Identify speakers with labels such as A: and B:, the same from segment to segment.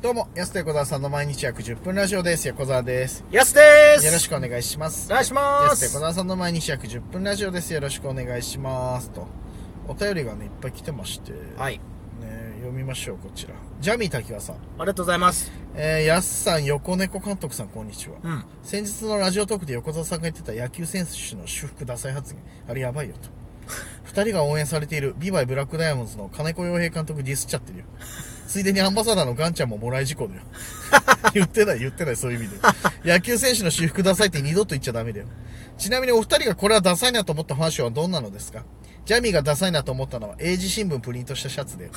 A: どうも、安田横澤さんの毎日約10分ラジオです。横澤です。
B: やすです
A: よろしくお願いします。
B: お願いしま
A: 安田
B: す
A: 横澤さんの毎日約10分ラジオです。よろしくお願いします。と。お便りがね、いっぱい来てまして。。
B: はいい
A: ね、読みましょう、こちら。ジャミー滝和さん。
B: ありがとうございます
A: えー、安さん、横猫監督さん、こんにちは。
B: うん
A: 先日のラジオトークで横澤さんが言ってた野球選手の祝福ダサい発言。あれやばいよ、と。二人が応援されているビバイブラックダイヤモンドズの金子洋平監督ディスっちゃってるよ。ついでにアンバサダーのガンちゃんももらい事故だよ。言ってない言ってないそういう意味で。野球選手の私服ダサいって二度と言っちゃダメだよ。ちなみにお二人がこれはダサいなと思ったファッションはどんなのですかジャミーがダサいなと思ったのは英字新聞プリントしたシャツだよ。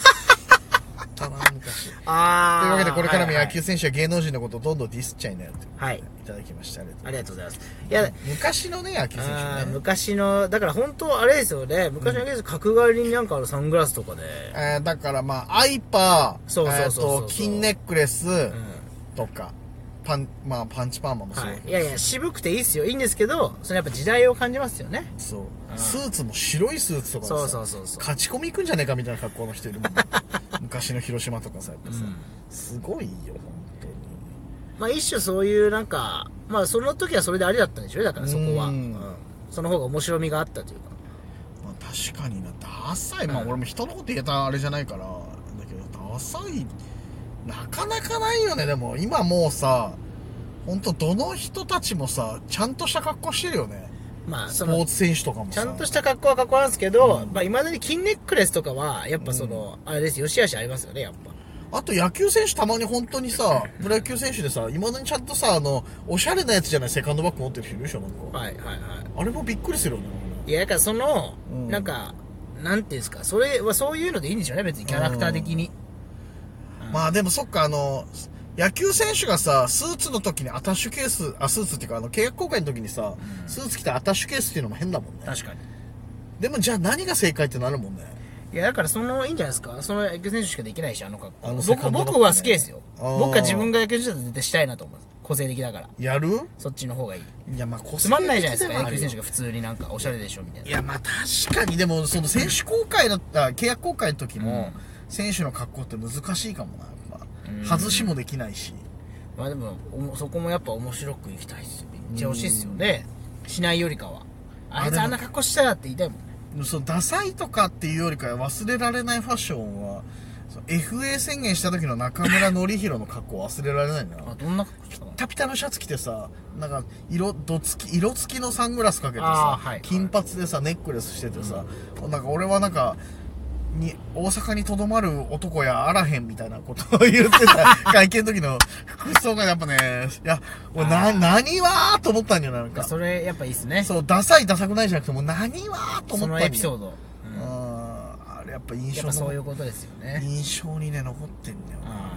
A: あ ったな昔。
B: あ
A: というわけでこれからも野
B: は
A: 球選手や芸能人のことをどんどんディスっちゃいなよって。
B: はいはい、はい
A: いただきました。ありがとう
B: ありがとうございますい
A: ござ
B: や
A: います。昔のね、野球選
B: あ
A: 手
B: ー
A: ね。
B: 昔のだから本当あれですよね昔のやつ角刈りになんかあるサングラスとかで
A: えー、だからまあ、アイパー、
B: そうそうそうそう
A: えーと金ネックレス
B: うん
A: とか、パン、まあ、パンチパーマもそう
B: は
A: だけど
B: い、いやいや渋くていいっすよいいんですけどそれやっぱ時代を感じますよね
A: そう、
B: うん
A: スーツも白いスーツとかでさ
B: そうそうそうそう
A: 勝ち込み行くんじゃねえかみたいな格好の人いるもん、ね、昔の広島とかさやっぱさ、
B: うん
A: すごいよ本当に
B: まあ一種そういうなんかまあその時はそれでありだったんでしょうねだからそこは
A: う
B: うんんその方が面白みがあったというか
A: まあ確かになダサいまあ
B: うん
A: 俺も人のこと言えたあれじゃないからだけどダサいなかなかないよねでも今もうさ本当どの人たちもさちゃんとした格好してるよね
B: まあ
A: ス
B: そ
A: ポ
B: の
A: ーツ選手とかも
B: ち
A: さ
B: ゃんとした格好は格好なんですけど、
A: うん
B: まあ、いまだに金ネックレスとかは、やっぱその、あれです、よしあしありますよね、やっぱ。
A: あと野球選手たまに本当にさ、プロ野球選手でさ、いまだにちゃんとさ、あの、おしゃれなやつじゃないセカンドバッグ持ってる人いるでしょ、なんか。
B: はいはいは
A: あれもびっくりするよね。
B: い。いや、だからその、
A: うん
B: なんか、なんていうんですか、それはそういうのでいいんでしょうね、別にキャラクター的に。
A: 俺まあでもそっか、あの、野球選手がさ、スーツの時にアタッシュケース、あ、スーツっていうか、あの、契約更改の時にさ、
B: うん
A: スーツ着てアタッシュケースっていうのも変だもんね。
B: 確かに。
A: でもじゃあ何が正解ってなるもんね。
B: いや、だからその、いいんじゃないですか、その野球選手しかできないし、あの格
A: あ
B: 好。
A: のセカ
B: 僕
A: ンドバッグね
B: 僕は好きですよ。
A: あー
B: 僕は自分が野球選手だったら絶対したいなと思います。個性的だから。
A: やる
B: そっちの方がいい。
A: いや、まあ、コ
B: つまんないじゃないですか、野球選手
A: が。
B: が普通になんか、おしゃれでしょ、みたい
A: い
B: な。
A: や、まあ確かに、でも、その選手公開だった、契約公開の時も、
B: うん
A: 選手の格好って難しいかもな、やっ
B: うん
A: ぱ。外しもできないし。
B: まあでもおもそこもやっぱ面白くいきたいですよめっちゃ欲しいっすよねしないよりかはあい
A: あで
B: つ
A: も
B: あんな格好したらって言いたいもんね
A: でもそのダサいとかっていうよりかは忘れられないファッションはその FA 宣言した時の中村紀弘の格好忘れられないな
B: あどんな格好したの
A: ピタピタのシャツ着てさなんか色どつき色付きのサングラスかけてさ
B: あ、ーはい
A: 金髪でさネックレスしててさ、なんか俺はなんかに大阪にとどまる男やあらへんみたいなことを言って た会見の時の服装がやっぱねいや俺な何はーと思ったんじゃないなんか
B: それやっぱいいっすねそ
A: そうダサいダサくないじゃなくてもう何はーと思ったん
B: の
A: よ
B: エピソード、うん
A: あーあれやっぱ印
B: やっ
A: 象
B: ぱそうい
A: の
B: うことですよね
A: 印象にね残ってんだよな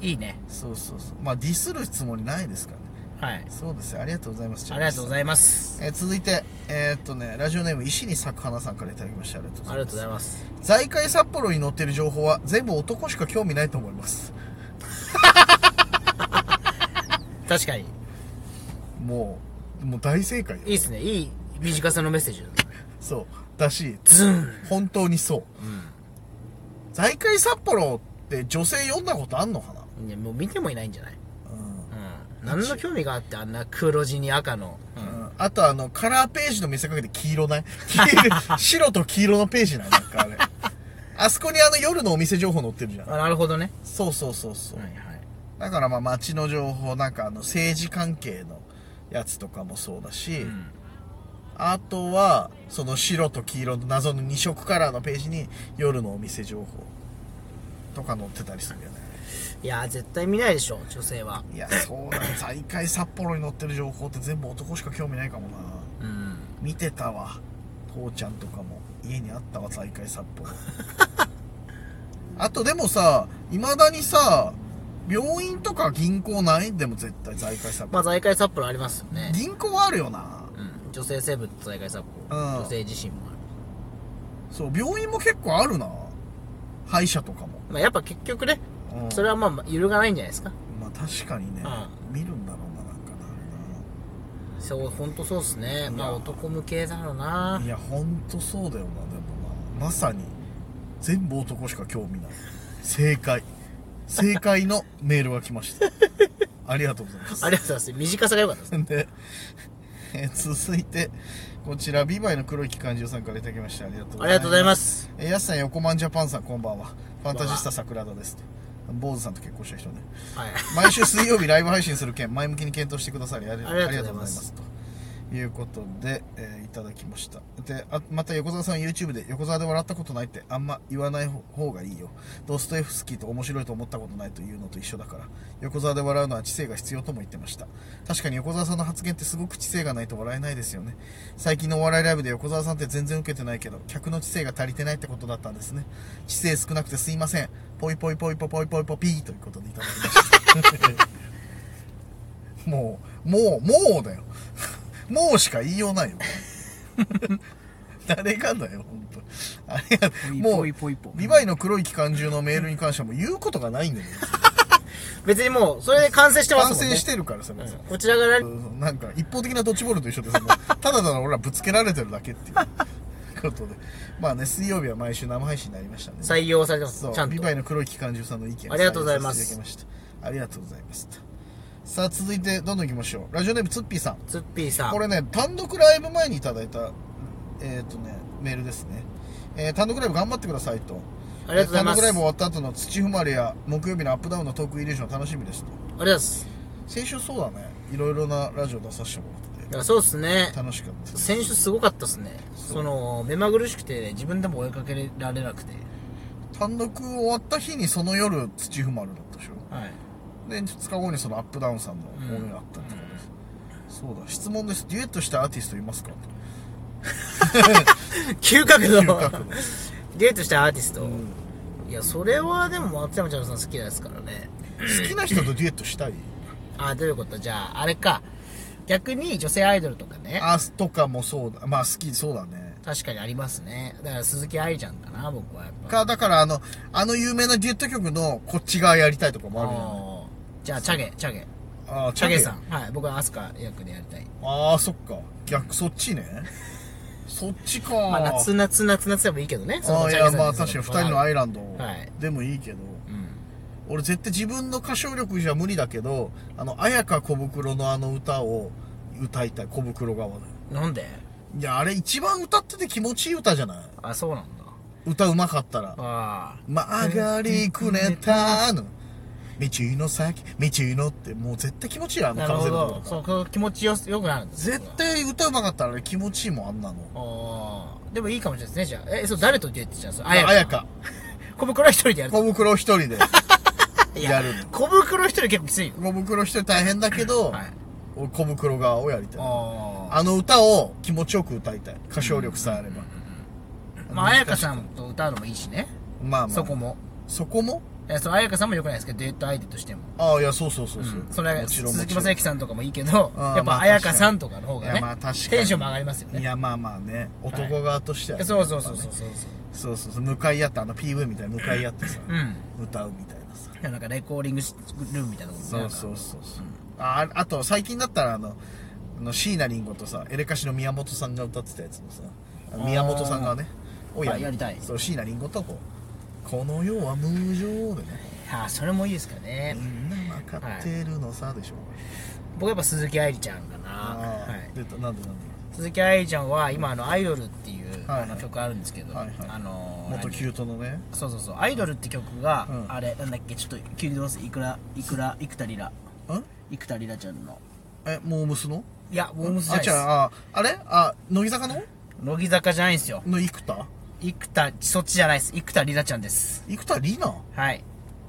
B: いいね
A: そうそうそうまあディスるつもりないですからね
B: はい
A: そうですよありがとうございます
B: ありがとうご
A: い
B: ざいます
A: ます、えー続いてえーっとねラジオネーム石に咲く花さんからいただきましたありがとう
B: あ
A: ございま
B: りがとう
A: す
B: ございます
A: 財界札幌に載ってる情報は全部男しか興味ないと思います
B: 確かに
A: もうもう大正解よ
B: いいっすねいい短さのメッセージ
A: そうだし
B: ズーン
A: 本当にそう財界札幌って女性読んだことあんのかな、
B: いやもう見てもいないんじゃない
A: うん
B: うん何の興味があってあんな黒地に赤の、うん
A: あとあの、カラーページの見せかけて黄色ない黄 色白と黄色のページないなんかあれ。あそこにあの夜のお店情報載ってるじゃん。
B: あなるほどね
A: そうそうそうそう。
B: はい
A: だからまあ街の情報、なんかあの政治関係のやつとかもそうだし、
B: うん
A: あとはその白と黄色の謎の2色カラーのページに夜のお店情報とか載ってたりするよね。
B: いやー絶対見ないでしょ女性はい
A: や、そうだね。財界札幌に載ってる情報って全部男しか興味ないかもな。
B: うん
A: 見てたわ父ちゃんとかも家にあったわ再開札 幌あとでもさいまだにさ病院とか銀行ないでも絶対財界札
B: まあ
A: 幌、
B: 財界札幌ありますよね、
A: 銀行はあるよな
B: うん、女性成分と財界札幌、
A: うん
B: 女性自身もある、
A: そう病院も結構あるな歯医者とかも、
B: まあ、やっぱ結局ね
A: うん
B: それはまあまあ揺るがないんじゃないですか
A: まあ確かにね、
B: う
A: 見るんだろうななんかな
B: そう本当そうっすねま
A: う
B: あ
A: ん
B: 男向けだろう
A: あれ
B: な
A: ないやほんとそうだよなでもなまさに全部男しか興味ない正解正解のメールが来ま した。ありがとうございます。
B: ありがとうございます。短さが良かったです。
A: で、えー続いて、こちら、ビバイの黒木寛十さんからいただきました。ありがとうござ
B: あ
A: います。
B: りがとうございます。
A: えーやすさん、横マンジャパンさん、こんばんは。ファンタジスタ桜田です。坊主さんと結婚した人ね。
B: はい。
A: 毎週水曜日ライブ配信する件、前向きに検討してくださり、あり
B: ありがとうございます
A: ありがとうございますということで、えーいただきました。で、あまた横澤さん YouTube で、横澤で笑ったことないってあんま言わない方がいいよ。ドストエフスキーと面白いと思ったことないというのと一緒だから、横澤で笑うのは知性が必要とも言ってました。確かに横澤さんの発言ってすごく知性がないと笑えないですよね。最近のお笑いライブで横澤さんって全然受けてないけど、客の知性が足りてないってことだったんですね。知性少なくてすいません。ぽいぽいぽいぽいぽいぽいぽいピーということでいただきました。もう、もう、もうだよ。 もうしか言いようないよ。 誰がだよ、本当。あれが、も
B: ぽ
A: う
B: いぽいぽいぽい、
A: ビバイの黒い機関銃のメールに関してはもう言うことがないんだよ。
B: 別にもう、それで完成して ます
A: 完
B: もんね。
A: 成してるからさ、別に
B: こちらがラリ
A: なんか一方的なドッジボールと一緒でその ただただ俺らぶつけられてるだけっていうことでまあね水曜日は毎週生配信になりましたね
B: 採用されてます。
A: そう
B: ちゃん
A: ビ
B: と
A: バ。イの黒い機関銃さんの意見を
B: ありがとうございま
A: 採用さ
B: す
A: せていただきましたありがとうございますさあ続いてどんどんいきましょうラジオネームツッピーさん
B: ツッピーさん。
A: これね単独ライブ前にいただいたえっ、とねメールですね、えー単独ライブ頑張ってくださいと
B: ありがとうございます
A: えー単独ライブ終わった後の土踏まれや木曜日のアップダウンのトークイリュージョン楽しみですと
B: ありがとうございます。
A: 先週そうだねいろいろなラジオ出させてもらって
B: いやそうですね。
A: 楽しかったです
B: 先週すごかったですね。
A: そう
B: その、目まぐるしくて、自分でも追いかけられなくて。
A: 単独終わった日にその夜土踏まるだったでしょ
B: はい。
A: で2日後にそのアップダウンさんの応援があったってことです、そうだ質問ですデュエットしたアーティストい ますか
B: 嗅覚
A: と
B: の
A: いう角度
B: デュエットしたアーティスト、
A: うん
B: いやそれはでも松山千春さん好きですからね
A: 好きな人とデュエットしたい
B: あどういうことじゃああれか逆に女性アイドルとかね
A: アースとかもそうだまあ好きそうだね
B: 確かにありますねだから鈴木愛ちゃんかな僕はやっぱ
A: かだからあのあの有名なデュエット曲のこっち側やりたいとかもある
B: あーじゃあチャゲチャゲ
A: じゃないあー
B: チャゲさんはい僕はアスカ役でやりたい
A: ああそっか逆そっちねそっちか、
B: まあ夏夏夏夏でもいいけどねそ
A: あ
B: の
A: あい
B: チャゲ
A: や
B: さん
A: まあ確かに2人のア
B: イ
A: イランド
B: はい
A: でもいいけど、
B: ドル、うん
A: 俺絶対自分の歌唱力じゃ無理だけどあの綾香小袋のあの歌を歌いたい小袋側だよ
B: なんで
A: いやあれ一番歌ってて気持ちいい歌じゃない
B: あそうなんだ
A: 歌うまかったら
B: あ
A: 「曲がりくねたの道の先道の」ってもう絶対気持ちいいよあ
B: あ
A: の
B: なる
A: 完
B: ほ
A: 成度
B: どそうこう気持ちよよくなるんです
A: 絶対歌うまかったらあれ気持ちいいもんあんなの
B: ああでもいいかもしれないですねじゃあえそう誰とデュエットしたんですか
A: 綾香
B: 小袋一人でやる
A: 小袋一 人で
B: い
A: やる
B: 小袋一人結構きついよ
A: 小袋一人大変だけど、
B: はい
A: 俺小袋側をやりたい
B: あ
A: あの歌を気持ちよく歌いたい。歌唱力さえあれば。
B: あまあ彩香さんと歌うのもいいしね
A: まあまあ。
B: そこ。も
A: そこも
B: えそう彩香さんもよくないですけどデュエット相手としても
A: ああ、いや、そうそうそうそう。
B: それは
A: もちろん
B: 鈴木
A: も
B: 雅
A: ちろん
B: 之さんとかもいいけど
A: あー
B: やっ
A: まあ
B: ぱ彩香さんとかの方が
A: いや
B: ね
A: まあ確かに
B: テンションも上がりますよ
A: い
B: ね
A: や、まあまあね。男側としては、ね
B: そうそうそう
A: や
B: そ
A: っ
B: うそう
A: ぱねそうそうそう。向かい合って、あの PV みたいに向かい合ってさ、
B: うん
A: 歌うみたいなさ。
B: いやなんかレコーディングしルームみたいなとこ
A: そうそうそうそう。ああと、最近だったら、あの、あの椎名林檎とさ、エレカシの宮本さんが歌ってたやつのさ、あの宮本さんがね、を
B: あやりたい
A: そう、椎名林檎とこう、この世は無情でね。
B: ああそれもいいですかね
A: みんな分かってるのさでしょ、
B: 僕やっぱ鈴木愛理ちゃんかな
A: ああ
B: はい
A: 出たなんでなんで
B: 鈴木愛理ちゃんは今あの「アイドル」っていう
A: はいはい
B: あの曲あるんですけど
A: はいはい
B: あの
A: 元キュートのね
B: そうそうそう「アイドル」って曲が
A: うん
B: あれなんだっけちょっと急にどうすいくらいくら幾田りら
A: ん
B: 幾田りらちゃんの
A: えモームスの
B: いやモームスじゃ
A: あ
B: ない
A: 違う
B: です
A: ああれあ乃木坂の
B: 乃木坂じゃないんですよ
A: の生田
B: 幾田そっちじゃないです幾田りらちゃんです
A: 生田里奈
B: はい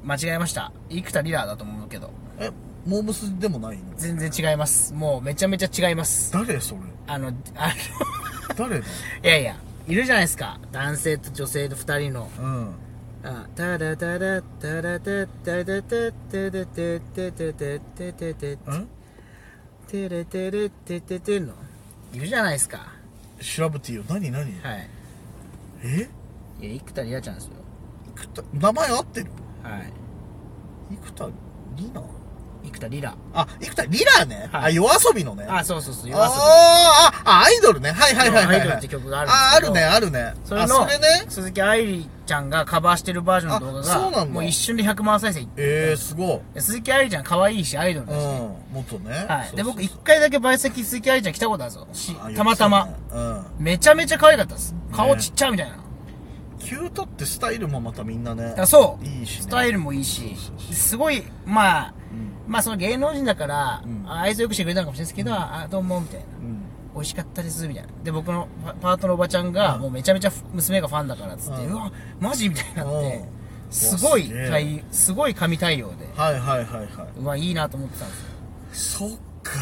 B: 間違えました幾田りらだと思うけど
A: えモームスでもないの
B: 全然違いますもうめちゃめちゃ違います
A: 誰それ
B: あのあの
A: 誰だ
B: いやいやいるじゃないですか男性と女性と2人の
A: うん
B: あタラタラタラタタタタタタタタタタタタタ
A: ん
B: テレテレテテテのいるじゃないですか
A: 調べていいよ何何
B: はい
A: え
B: いや生田りらちゃんですよ
A: 生田名前合ってる
B: はい
A: 生田里奈
B: 生田リラ
A: あ、生田リラね。
B: はい
A: あ、夜遊びのね。
B: あそうそうそう夜遊
A: あ
B: び
A: ーあ、あアイドルね。はいはいはいはい、はい。
B: アイドルって曲があるん
A: あ、あ
B: です
A: る
B: け
A: ね、
B: ど
A: あるね。
B: それ
A: あ、
B: の
A: それね。
B: 鈴木愛理ちゃんがカバーしてるバージョンの動画
A: あそうな
B: が
A: んだ
B: もう一瞬で100万再生いっ
A: ええー、すごい。
B: 鈴木愛理ちゃん可愛いしアイドル
A: う
B: だ
A: ん
B: し、。
A: 元ね。
B: はい、で僕
A: そう
B: 一
A: そう
B: 回だけバイト先鈴木愛理ちゃん来たことあるぞ
A: そ
B: し
A: うあ
B: たまたま、
A: よくそうねうん。
B: めちゃめちゃ可愛かったです顔ちっちゃみたいな、
A: キュートってスタイルもまたみんなね。
B: あそう
A: いいしね。
B: スタイルもいいし
A: そうそうそう
B: すごいまあ
A: うん。
B: まあその芸能人だから、
A: うん
B: あ愛想よくしてくれたのかもしれないですけど、あどうもみたいな
A: うん。
B: 美味しかったですみたいなで僕のパパートのおばちゃんが、もうめちゃめちゃ娘がファンだからっつって、
A: う
B: うんわマジみたいになって、
A: うん
B: すごい
A: わすげえ
B: 対すごい神対応で
A: はいはいはいはい。
B: うわいいなと思ってたんですよ
A: そっか。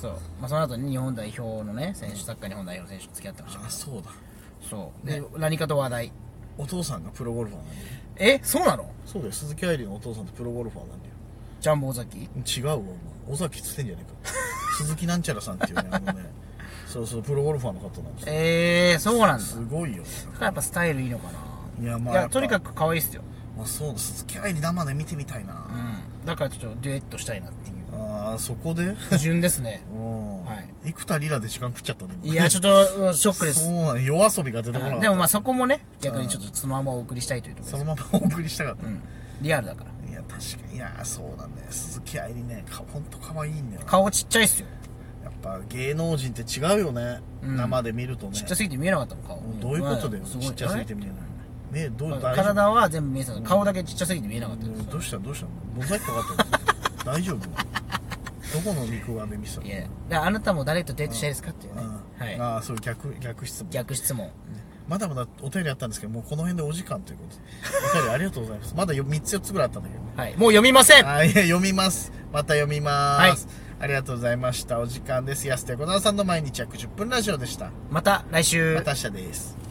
B: そう、まあ、その後に日本代表のね選手サッカー日本代表の選手と付き合ってました
A: あ、そうだ。
B: そうで、何かと話題
A: お父さんがプロゴルファーなんだよ。
B: えそうなの
A: そうだよ。鈴木愛理のお父さんってプロゴルファーなんだよ。
B: ジャンボ尾崎
A: 違うわ、お前。尾崎っつってんじゃね えか。鈴木なんちゃらさんっていうね、あのね。そうそう、プロゴルファーの方なんですよ。
B: えー、そうなんだ
A: すごいよ。
B: だからやっぱスタイルいいのかない
A: いや、まあ。
B: や
A: やっぱ
B: とにか。く可愛いっすよ
A: まあそうだ、鈴木愛理生で見てみたいな。
B: うんだからちょっとデュエットしたいなっていう
A: ああ、そこで
B: 不純で すね
A: うん。
B: は
A: 生田リラで時間食っちゃったね。
B: いやちょっとうんショックで
A: そ
B: す
A: うなの、夜遊びが出てこなかった。
B: でもまあそこもね逆にちょっとそのままお送りしたいというとこ
A: そ
B: ろで
A: の
B: す
A: ままお送りしたかった。
B: うんリアルだから
A: いや、確かに。いや、そうなんだよ。鈴木愛理ね、かほんと可愛いんだよな。
B: 顔ちっちゃいっすよ
A: やっぱ芸能人って違うよね。
B: うん
A: 生で見るとね。
B: ちっちゃすぎて見えなかったもん顔
A: どういうことだよ、
B: んすごい
A: ちっちゃすぎて見えない。ねどう
B: あ
A: 大
B: れ
A: 丈夫
B: 体は全部見えてた顔だけちっちゃすぎて見えなかったです
A: どうしたどうしたのモザイクかかったの大丈夫どこの肉眼で見せたの
B: いやだからあなたも誰とデートしたいですかっていうね
A: うん
B: はい
A: ああそう逆逆質問
B: 逆質問
A: まだまだお便りあったんですけどもうこの辺でお時間ということでお便りありがとうございますまだ3つ4つぐらいあったんだけど
B: はいもう読みません
A: はい読みますまた読みます、ありがとうございましたお時間です安手小沢さんの毎日約10分ラジオでした
B: また来週
A: また明日です